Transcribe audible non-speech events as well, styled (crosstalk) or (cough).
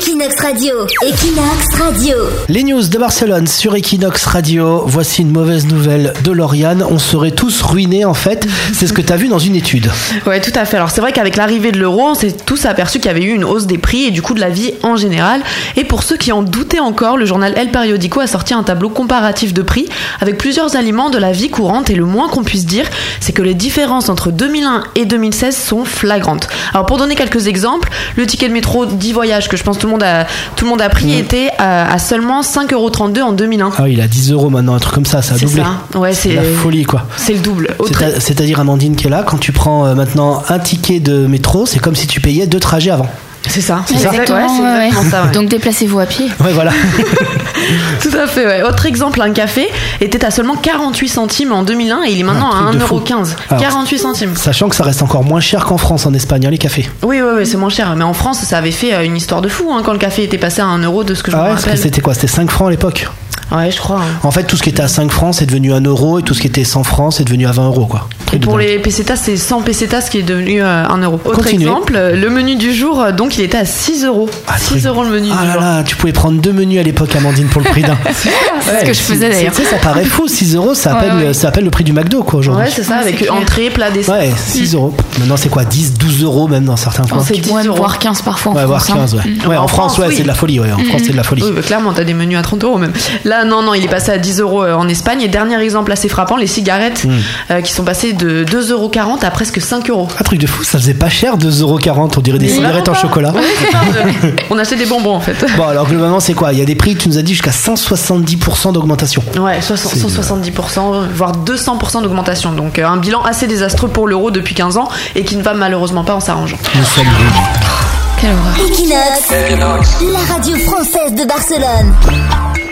Equinox Radio, Equinox Radio. Les news de Barcelone sur Equinox Radio. Voici une mauvaise nouvelle de Lauriane. On serait tous ruinés en (laughs) fait. C'est ce que tu as vu dans une étude. Ouais, tout à fait. Alors c'est vrai qu'avec l'arrivée de l'euro, on s'est tous aperçu qu'il y avait eu une hausse des prix et du coût de la vie en général. Et pour ceux qui en doutaient encore, le journal El Periodico a sorti un tableau comparatif de prix avec plusieurs aliments de la vie courante et le moins qu'on puisse dire, c'est que les différences entre 2001 et 2016 sont flagrantes. Alors pour donner quelques exemples, le ticket de métro 10 voyages que je pense tout le monde a, tout le monde a pris était à, à seulement 5,32€ en 2001. Mm. Ah, il a 10 euros maintenant, un truc comme ça, ça a C'est doublé. ça. Ouais, c'est c'est- la folie quoi. C'est le double. Autre- C'est-à- C'est-à-dire Amandine qui est là, quand tu prends euh, maintenant un ticket de métro, c'est comme si tu payais deux trajets avant. C'est ça. C'est ça Exact- ouais, c'est ouais, ouais. exactement ça, ouais. Donc déplacez-vous à pied. Ouais (laughs) voilà. Tout à fait, ouais. Autre exemple, un café était à seulement 48 centimes en 2001 et il est maintenant Un à truc de fou. Ah. 1,15€. Alors, 48 centimes. Sachant que ça reste encore moins cher qu'en France, en Espagne, hein, les cafés. Oui, oui, oui, c'est moins cher. Mais en France, ça avait fait euh, une histoire de fou hein, quand le café était passé à 1€ euro de ce que je Ah me ouais, parce que rappelle. c'était quoi C'était 5 francs à l'époque. ouais, je crois. hein. En fait, tout ce qui était à 5 francs, c'est devenu 1 euro, et tout ce qui était 100 francs, c'est devenu à 20 euros quoi. Et Truc de pour dingue. les pesetas, c'est 100 pesetas qui est devenu euh, 1 euro. Autre Continuez. exemple, euh, le menu du jour, euh, donc il était à 6 euros. Ah, 6 truc- euros le menu Ah du là jour. là, tu pouvais prendre deux menus à l'époque, Amandine, pour le prix d'un. C'est ce que je faisais C'est- d'ailleurs. Tu sais, ça paraît fou, 6 euros, ça, Ouais, appelle, ouais. ça appelle le prix du McDo, quoi, Ouais, aujourd'hui. Ah, c'est ça, Ouais, avec c'est clair. entrée, plat, dessert. Ouais, 6 euros. Maintenant, c'est quoi 10, 12 euros, même dans certains coins. On sait 10 Ouais, euros. voire 15 parfois. en Ouais, voire France, hein. 15, ouais. Ouais, en, En France, France, ouais, oui. c'est de la folie, ouais. En France, c'est de la folie. Oui, bah, clairement, t'as des menus à 30 euros même. Là, non, non, il est passé à 10 euros euh, en Espagne. Et dernier exemple assez frappant, les cigarettes euh, qui sont passées de 2,40 euros à presque 5 euros. Un truc de fou, ça faisait pas cher, 2,40€, on dirait des Mais cigarettes en vraiment pas. chocolat. (laughs) On achetait des bonbons en fait. Bon, alors globalement, c'est quoi Il y a des prix, tu nous as dit, jusqu'à 170% d'augmentation. Ouais, 60 C'est- 170%, voire 200% d'augmentation. Donc euh, un bilan assez désastreux pour l'euro depuis 15 ans et qui ne va malheureusement pas en s'arrangeant. Nous sommes Quelle horreur. Equinox, la radio française de Barcelone.